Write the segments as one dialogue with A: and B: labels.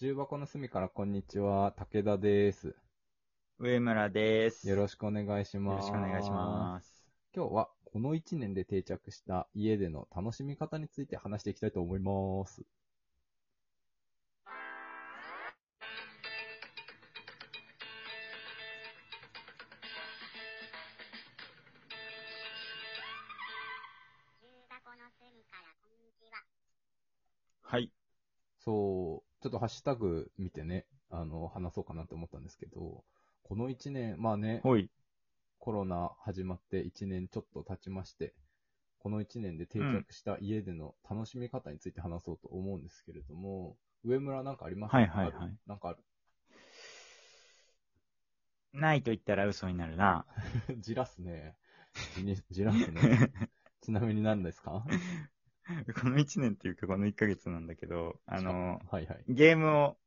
A: 重箱の隅からこんにちは、武田です。
B: 上村です。
A: よ
B: よ
A: ろしくお願いしま
B: ろ
A: す。。
B: しくお願いしますす。
A: 今日はこの1年で定着した家での楽しみ方について話していきたいと思います。
B: はい。
A: そう、ちょっとハッシュタグ見てね、あの、話そうかなと思ったんですけど、この1年、まあね、
B: ほい。
A: コロナ始まって1年ちょっと経ちまして、この1年で定着した家での楽しみ方について話そうと思うんですけれども、上村なんかありますか
B: はいはいはい
A: あるなんかある
B: ないと言ったら嘘にな るな。
A: じらすね。じにじらす ね。ちなみに何ですか
B: この1年っていうかこの1ヶ月なんだけど、あの、、
A: はいはい。
B: ゲームを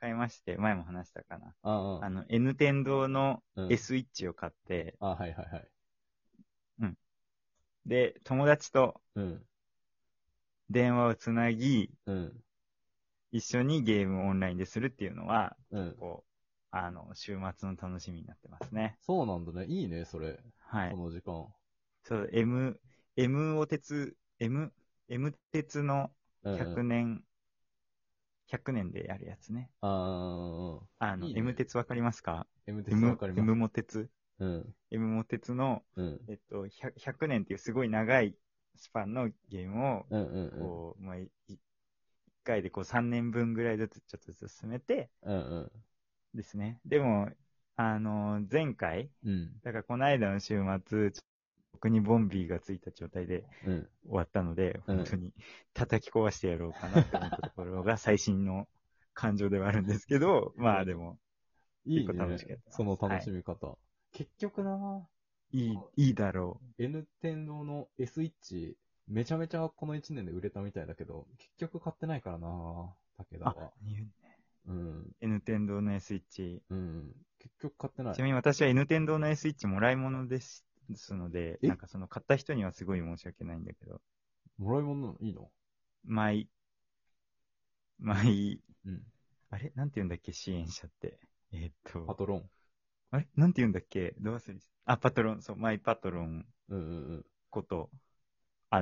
B: 買いまして、前も話したかな。
A: ああ、
B: あの、N 天堂の
A: うん、
B: エスイッチを買って、
A: あはいはいはい。
B: で、友達と
A: うん、
B: 電話をつなぎ、
A: うん、
B: 一緒にゲームをオンラインでするっていうのは、
A: うん。
B: こう、あの、週末の楽しみになってますね。
A: そうなんだね。いいね、それ。
B: はい
A: こ。の時間。
B: そう、M、M を鉄、M、M 鉄の
A: うんうん
B: 100年、100年でやるやつね。
A: ああ、
B: あの、
A: いいね
B: M 鉄わかりますか
A: M 鉄
B: ?M、
A: わかります。
B: M も鉄
A: うん、
B: ?M も鉄の、
A: うん、
B: えっと100、100年っていうすごい長いスパンのゲームを、
A: うん、うん、うん
B: こう、まあ、いい一回でこう3年分ぐらいずつちょっとずつ進めて
A: うん、
B: ですね。でも、あのー前回、
A: うん、
B: だからこの間の週末、ちょ僕にボンビーがついた状態で
A: うん。
B: 終わったので、
A: うん
B: 本当に叩き壊してやろうかなって思ったところが最新の感情ではあるんですけど、まあでも、
A: いい
B: 結構
A: ね
B: 楽しかっ。た
A: その楽しみ方。結局な、
B: いい、いいだろ
A: N 天堂の S イッチ、めちゃめちゃこの1年で売れたみたいだけど、結局買ってないからな、武田
B: う。あ
A: は。、うん、
B: N 天堂の S イッチ。
A: うん。結局買ってない
B: ちな。みに私は N 天堂の S イッチもらい物です。ですので、
A: え
B: なんかその買った人にはすごい申し訳ないんだけど、
A: もらい物なのいいの
B: マイ、マイ、
A: うん。
B: あれなんて言うんだっけ支援者って。えーっ
A: パト
B: と、
A: ロン。
B: あれなんて言うんだっけどうするあ、パトロン、そう、マイパトロン
A: うんうんうん。
B: こと、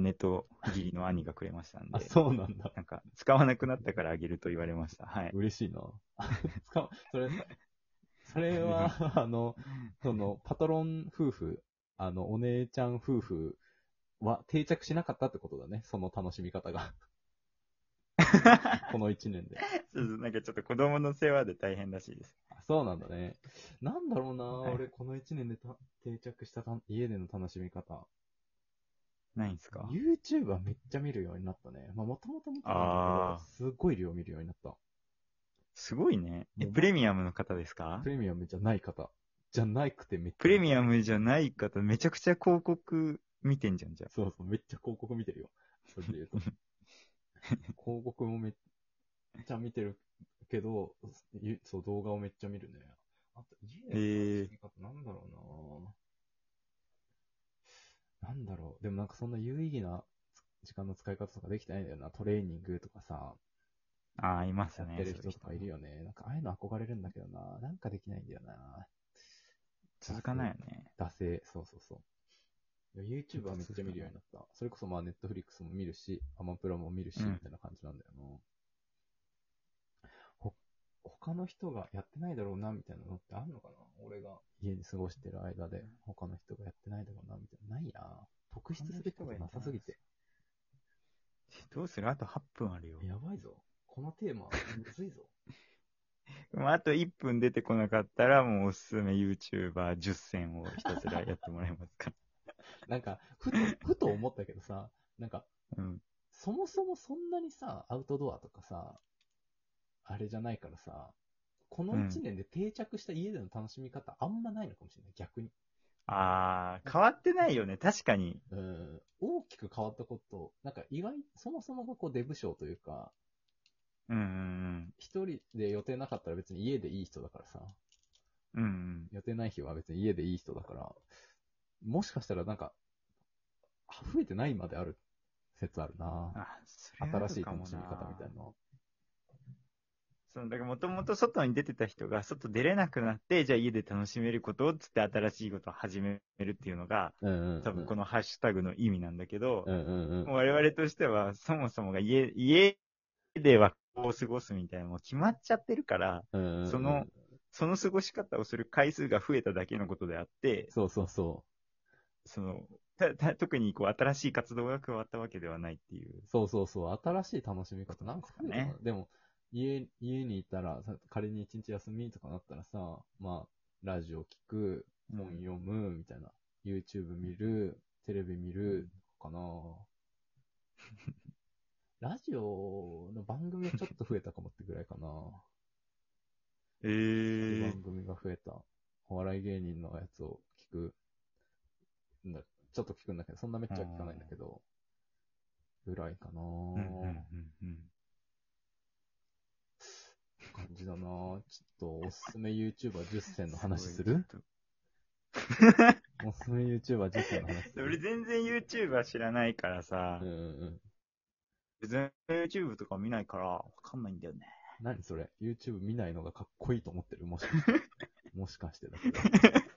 B: 姉と義理の兄がくれましたんで。
A: あ、そうなんだ。
B: なんか、使わなくなったからあげると言われました。はい。
A: 嬉しいな。 使う、それ、それは、あの、その、パトロン夫婦、あの、お姉ちゃん夫婦は定着しなかったってことだね。その楽しみ方 が。この一年で。
B: そうそうなんかちょっと子供の世話で大変らしいです。
A: あそうなんだね。なんだろうな、
B: はい
A: 俺、この一年でた定着したた家での楽しみ方。
B: ないんすか
A: YouTube はめっちゃ見るようになったね。まあ、もともと見てたんだ
B: あ
A: けど、すごい量見るようになった。
B: すごいね。え、
A: もう
B: プレミアムの方ですか
A: プレミアムじゃない方。じゃないくてめっちゃ。
B: プレミア
A: ム
B: ムじゃない方、めちゃくちゃ広告見てんじゃん、じゃあ
A: そうそう、めっちゃ広告見てるよ。それで言うと。広告もめっちゃ見てるけど、ゆそう、動画をめっちゃ見るね。あと、家での楽しみ方なんだろうな、なんだろう。でもなんかそんな有意義な時間の使い方とかできてないんだよな。トレーニングとかさ、
B: ああ、います
A: や
B: ね。
A: ってる人とかいる
B: よ。
A: よね。なんかああいうの憧れるんだけどな。なんかできないんだよな。
B: 続かないよね。
A: 惰性、そうそうそう。いや YouTube はめっちゃ見るようになった。それこそまあ Netflix も見るし、アマプラも見るし、
B: うん
A: みたいな感じなんだよな。ほ、他の人がやってないだろうな、みたいなのってあるのかな俺が家に過ごしてる間で、他の人がやってないだろうな、みたいな。ないや特筆すべきことなさすぎて。
B: どうするあと8分あるよ。
A: やばいぞ。このテーマ、むずいぞ。
B: まあ、あと1分出てこなかったら、もうおすすめ YouTuber10 選をひたすらやってもらえますか。
A: なんか、ふと、ふと思ったけどさ、なんか、
B: うん。
A: そもそもそんなにさ、アウトドアとかさ、あれじゃないからさ、この
B: うん
A: 1年で定着した家での楽しみ方あんまないのかもしれない、逆に。
B: ああ、変わってないよね。確かに。
A: うん、大きく変わったこと、なんか意外、そもそもがこうデブ症というか、
B: うんうん
A: 一人で予定なかったら別に家でいい人だからさ、
B: うん。うんうん。
A: 予定ない日は別に家でいい人だから、もしかしたらなんか、増えてないまである説あるな
B: あ、それあ
A: 新し
B: る
A: い
B: かも
A: 楽
B: な
A: しみ方みたいなの。
B: そのだからもともと外に出てた人が外出れなくなって、じゃあ家で楽しめることをっつって新しいことを始めるっていうのが、
A: うんうんうん。
B: 多分このハッシュタグの意味なんだけど、
A: うんうんうん。
B: 我々としてはそもそもが家、家ではこう過ごすみたいなのも決まっちゃってるから、
A: うんうんうん
B: その、その過ごし方をする回数が増えただけのことであって、
A: そうそうそ
B: その、たた特にこう新しい活動が加わったわけではないっていう
A: う。。そうそうそう。新しい楽しみ方なんかないのかな
B: ね
A: でも、家、家にいたら、さ仮に一日休みとかなったらさ、まあ、ラジオ聞く、本読む、みたいな。YouTube 見る、テレビ見る、か なラジオの番組はちょっと増えたかもってぐらいかな。
B: え
A: 番
B: ー、
A: 組が増えた。お笑い芸人のやつを聞く。んだちょっと聞くんだけど、そんなめっちゃ聞かないんだけど。ぐらいかな
B: うんうんうんうん
A: 感じだなちょっとおすすめ YouTuber10 選の話す
B: ごい
A: る
B: ちょっと
A: おすすめ YouTuber10 選の話す
B: 俺
A: る
B: 全然 YouTuber 知らないからさ
A: うん、うんうん。
B: 全然 YouTube とか見ないから、わかんないんだ よね。
A: 何それ ?YouTube 見ないのがかっこいいと思ってる もしかして。もしかしてだけど。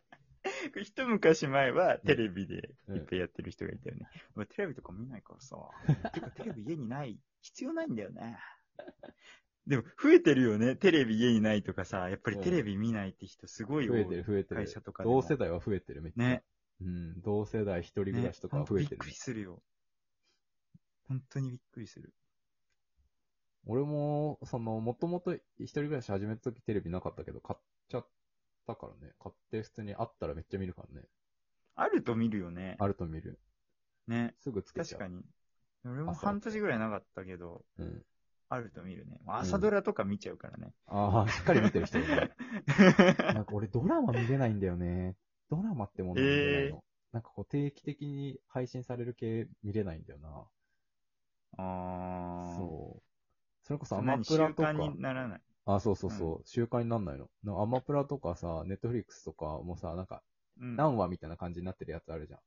B: 一昔前はテレビで
A: うん
B: いっぱいやってる人がいたよね。俺テレビとか見ないからさ。てかテレビ家にない。必要ないんだよね。でも増えてるよね。テレビ家にないとかさ、やっぱりテレビ見ないって人すごい多
A: 増
B: い。
A: えてる増えてる
B: 会社と。かでも
A: 同世代は増えてるめっちゃ。
B: ね。
A: うん。同世代一人暮らしとかは増えて
B: ねほ
A: る
B: んとびっく。りするよ。本当にびっくりする。
A: 俺も、その、もともと一人暮らし始めた時テレビなかったけど、買っちゃったからね。買って普通にあったらめっちゃ見るからね。
B: あると見るよね。
A: あると見る。
B: ね。
A: すぐつけち
B: 確
A: ゃう。
B: かに。俺も
A: 朝
B: 半年ぐらいなかったけど、
A: うん。
B: あると見るね。朝ドラとか見ちゃうか らね。
A: ああ、しっかり見てる人いる ね。なんか俺ドラマ見れないんだよね。ドラマってもの見れないの。なんかこう定期的に配信される系見れないんだよな。
B: ああ。
A: そう。それこそア
B: そんな
A: マ
B: に
A: プラと
B: 習
A: か
B: 慣。にならない。
A: あ、そうそうそう。習慣になんないの。なんかアマプラとかさ、ネットフリックスとかもさ、なんか
B: うん
A: 何話みたいな感じになってるやつあるじゃん。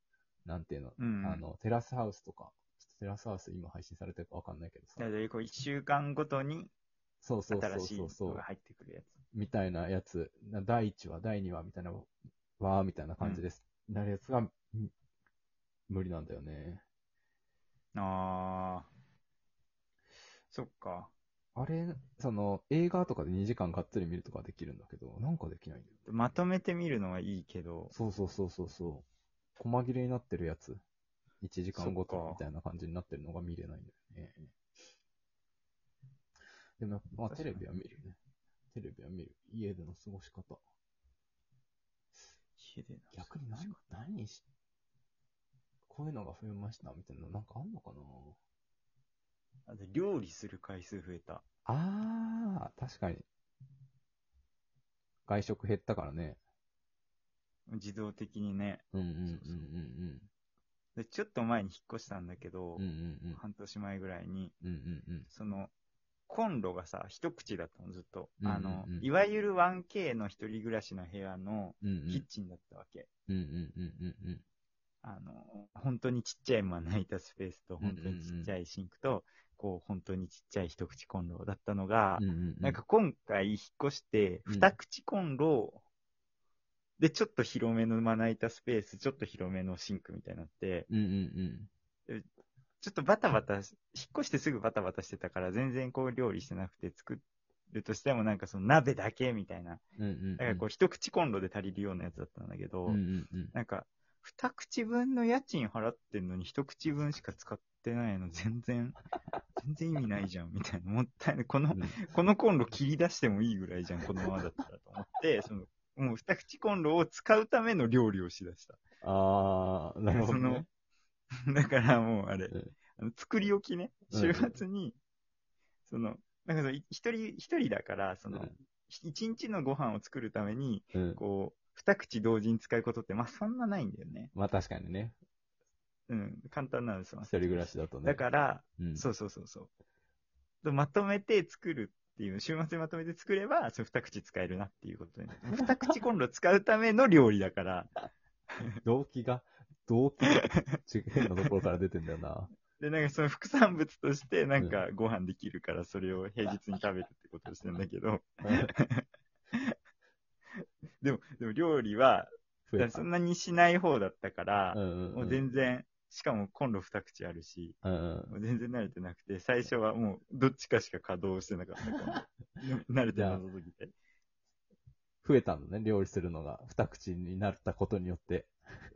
A: なんていうの。
B: うん。
A: あの、テラスハウスとか、ちょっとテラスハウス今配信されてるかわかんないけど
B: だ
A: さ、
B: からこう一週間ごとに
A: そうそうそ
B: 新
A: う
B: しい
A: そうそ
B: の
A: う
B: が、入ってくるやつ。
A: みたいなやつ、な第1話、第2話みたいな、わーみたいな感じです。なるやつが、ん無理なんだよね。
B: ああ。そっか。
A: あれ、その、映画とかで2時間がっつり見るとかできるんだけど、なんかできないんだよ。
B: まとめてみるのはいいけど、
A: そうそうそうそうそう。細切れになってるやつ。1時間ごと
B: そっか
A: みたいな感じになってるのが見れないんだよね。でもやっぱ、まあ、
B: 確
A: テ
B: か
A: レ
B: に
A: ビは見るよね。テレビは見る。家での過ごし方。
B: 家でな
A: 逆に何何し、こういうのが増えましたみたいな、なんかあんのかな
B: あと料理する回数増えた。
A: あー、確かに。外食減ったからね。
B: 自動的にね。
A: うんうん
B: そうそうで、ちょっと前に引っ越したんだけど、
A: うんうん。うんうんうん。
B: 半年前ぐらいに、
A: うんうんうん。
B: その、コンロがさ、一口だったの、ずっと。
A: うんうんうん
B: あの、いわゆる 1K の一人暮らしの部屋の
A: うんうん。
B: キッチンだったわけ。
A: うんうんうんうんうん。
B: あの、本当にちっちゃいまな板スペースと、
A: うんうんう
B: 本
A: ん
B: 当にちっちゃいシンクと、こう、本当にちっちゃい一口コンロだったのが、
A: うんうんうん
B: なんか、今回引っ越して、
A: うん
B: 二口コンロ、で、ちょっと広めのまな板スペース、ちょっと広めのシンクみたいになって、
A: うんうんうん。
B: ちょっとバタバタし、引っ越してすぐバタバタしてたから、全然こう料理してなくて作るとしてもなんかその鍋だけみたいな、
A: うんうんうん。
B: なんかこう一口コンロで足りるようなやつだったんだけど、
A: うんうんうん。
B: なんか、二口分の家賃払ってんのに一口分しか使ってないの全然、 全然意味ないじゃん、みたいな。もったいない。こ の、このコンロ切り出してもいいぐらいじゃん、このままだったらと思って、その、もう二口コンロを使うための料理をしだした。
A: あー、なるほど、ね。
B: だからもうあれ
A: うん、
B: あの作り置きね、
A: うん
B: 週末に、その、なんかその、い一人、一人だから、その
A: うん、
B: 一日のご飯を作るために、
A: うん。
B: こう、二口同時に使うことって、まあそんなないんだよね。
A: まあ確かにね。
B: うん、簡単なんですよ
A: 一。人暮らしだとね。
B: だから、
A: うん、
B: そうそうそうそう。でまとめて作るっていう、週末にまとめて作れば、それ二口使えるなっていうこと になる。二口コンロ使うための料理だから、
A: 動機が、動機が、ち変なところから出てんだよな。
B: で、なんかその副産物として、なんかご飯できるから、それを平日に食べるってことをしてんだけど、でも、でも料理は、
A: 増えた
B: そんなにしない方だったから
A: う、んうんうん
B: もう全然、しかもコンロ二口あるし、
A: うんうん
B: もう全然慣れてなくて、最初はもうどっちかしか稼働して なかったから、でも慣れてなさすぎて。
A: 増えたのね、料理するのが。二口になったことによって。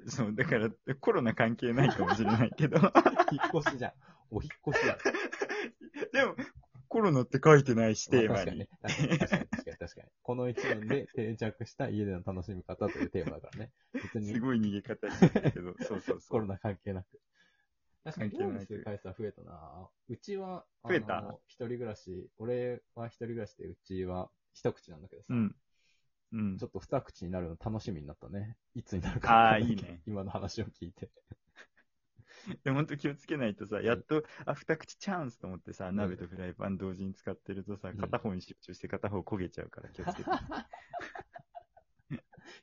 B: そう、だからコロナ関係ないかもしれないけど、
A: 引っ越しじゃん。 お引っ越しやん。
B: でも、コロナって書いてないし、テー
A: ま
B: マ
A: あ確かに
B: に。
A: ね。確かに確かに確かに確かに。この一年で定着した家での楽しみ方というテーマだからね。別
B: す
A: に
B: ごい逃げ方してたけど、そうそう
A: コ
B: そう
A: ロ。ナ関係なく。確かに
B: 関係
A: 料
B: なく
A: 理する回数は増えたなうちは、あの
B: 増えた
A: 一人暮らし、俺は一人暮らしで、うちは一口なんだけどさ、
B: うん。うん
A: ち。ょっと二口になるの楽しみになったね。いつになるか
B: ああ、
A: わかんない
B: い
A: けど
B: ね。
A: 今の話を聞いて。
B: でも本当気をつけないとさ、やっと、あ、二口チャンスと思ってさ、鍋とフライパン同時に使ってるとさ
A: う、ん
B: 片方に集中して片方焦げちゃうから気をつけて。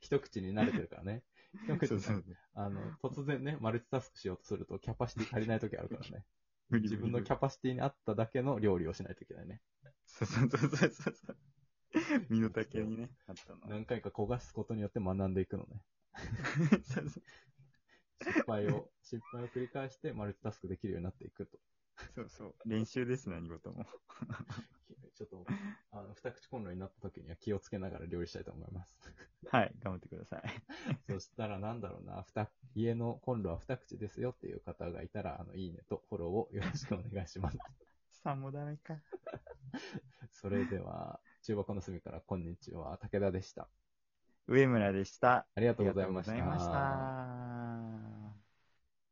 A: 一口に慣れてるからね。一口
B: そう
A: に
B: そう。
A: あの、突然ね、マルチタスクしようとすると、キャパシティ足りない時あるから ね。
B: 無理
A: 自分のキ
B: ャ
A: ャパシティに合っただけの料理をしないといけないね。
B: そうそうそうそうそう。身の丈にね、あったの。
A: 何回か焦がすことによって学んでいくのね。
B: そうそう
A: 失敗を、失敗を繰り返してマルチタスクできるようになっていくと。
B: そうそう。練習です、何事も。
A: ちょっと、あの、二口コンロになった時には気をつけながら料理したいと思い ます。
B: はい、頑張ってください。
A: そしたらなんだろうな、二、家のコンロは二口ですよっていう方がいたら、あの、いいねとフォローをよろしくお願いし ます。
B: さんもダメか。
A: それでは、中箱の隅からこんにちは、武田でした。
B: 上村でした。
A: ありが
B: あ
A: とうございました。
B: りがとうございました